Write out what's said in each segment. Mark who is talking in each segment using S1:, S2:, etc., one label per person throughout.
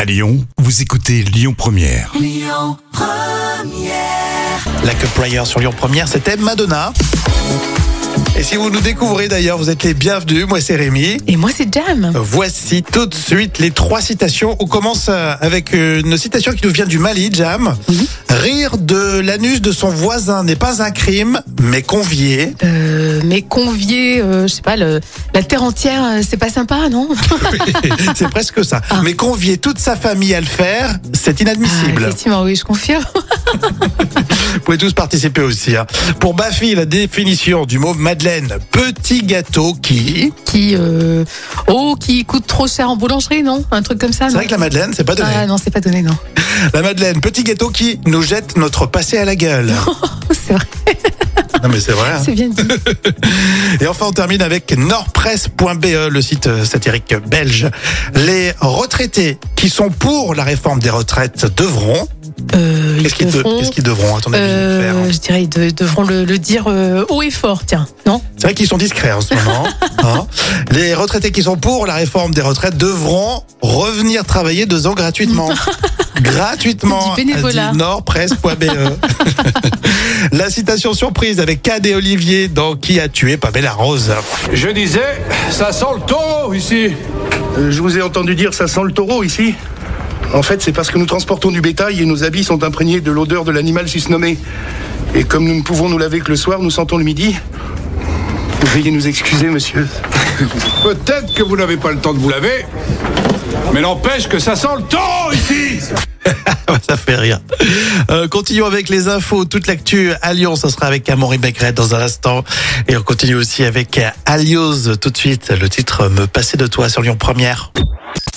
S1: À Lyon, vous écoutez Lyon Première.
S2: Like a Prayer sur Lyon Première, c'était Madonna. Et si vous nous découvrez d'ailleurs, vous êtes les bienvenus. Moi, c'est Rémi.
S3: Et moi, c'est Jam.
S2: Voici tout de suite les trois citations. On commence euh, avec une citation qui nous vient du Mali, Jam.
S3: Mhm.
S2: Rire de l'anus de son voisin n'est pas un crime, mais convié.
S3: Euh, mais convier, euh, je sais pas, le- la terre entière, euh, c'est pas sympa, non
S2: c'est presque ça. Mais convier toute sa famille à le faire, c'est
S3: Ah,
S2: inadmissible.
S3: Effectivement, oui, je confirme.
S2: vous pouvez tous participer aussi. hein. Pour Baffy, la définition du mot Madeleine, petit gâteau qui...
S3: Qui, euh, oh, qui coûte trop cher en boulangerie, non Un truc comme ça,
S2: C'est
S3: non
S2: vrai que la Madeleine, c'est pas donné.
S3: Ah non, c'est pas donné, non.
S2: La Bah, Madeleine, petit gâteau qui nous jette notre passé à la gueule.
S3: C'est vrai,
S2: non mais c'est vrai. hein.
S3: c'est bien dit.
S2: Et enfin on termine avec nordpresse.be, le site euh, satirique belge. Les retraités qui sont pour la réforme des retraites devront...
S3: Euh, ils
S2: Qu'est-ce qu'ils de-
S3: devront,
S2: qu'est-ce qu'ils devront, à ton avis,
S3: euh,
S2: faire hein
S3: je dirais, ils de- devront le, le dire euh, haut et fort, tiens, non
S2: C'est vrai qu'ils sont discrets en ce moment. hein. Les retraités qui sont pour la réforme des retraites devront revenir travailler deux ans gratuitement. gratuitement.
S3: Du bénévolat.
S2: a dit nordpresse.be. la citation surprise avec Cad et Olivier dans Qui a tué Pamela Rose.
S4: Je disais, ça sent le taureau ici.
S5: Euh, Je vous ai entendu dire ça sent le taureau ici. En fait, c'est parce que nous transportons du bétail et nos habits sont imprégnés de l'odeur de l'animal susnommé. Et comme nous ne pouvons nous laver que le soir, nous sentons le midi. Veuillez nous excuser, monsieur.
S4: Peut-être que vous n'avez pas le temps de vous laver, mais n'empêche que ça sent le taureau ici.
S2: Ah bah, Ça fait rire. Euh, continuons avec les infos. Toute l'actu à Lyon, ça sera avec Amaury Begret dans un instant. Et on continue aussi avec Alioz tout de suite. Le titre Me passer de toi sur Lyon Première.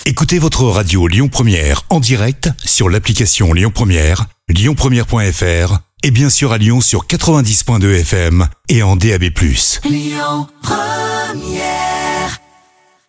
S1: Écoutez votre radio Lyon Première en direct sur l'application Lyon Première, lyonpremière.fr et bien sûr à Lyon sur 90.2 FM et en DAB+.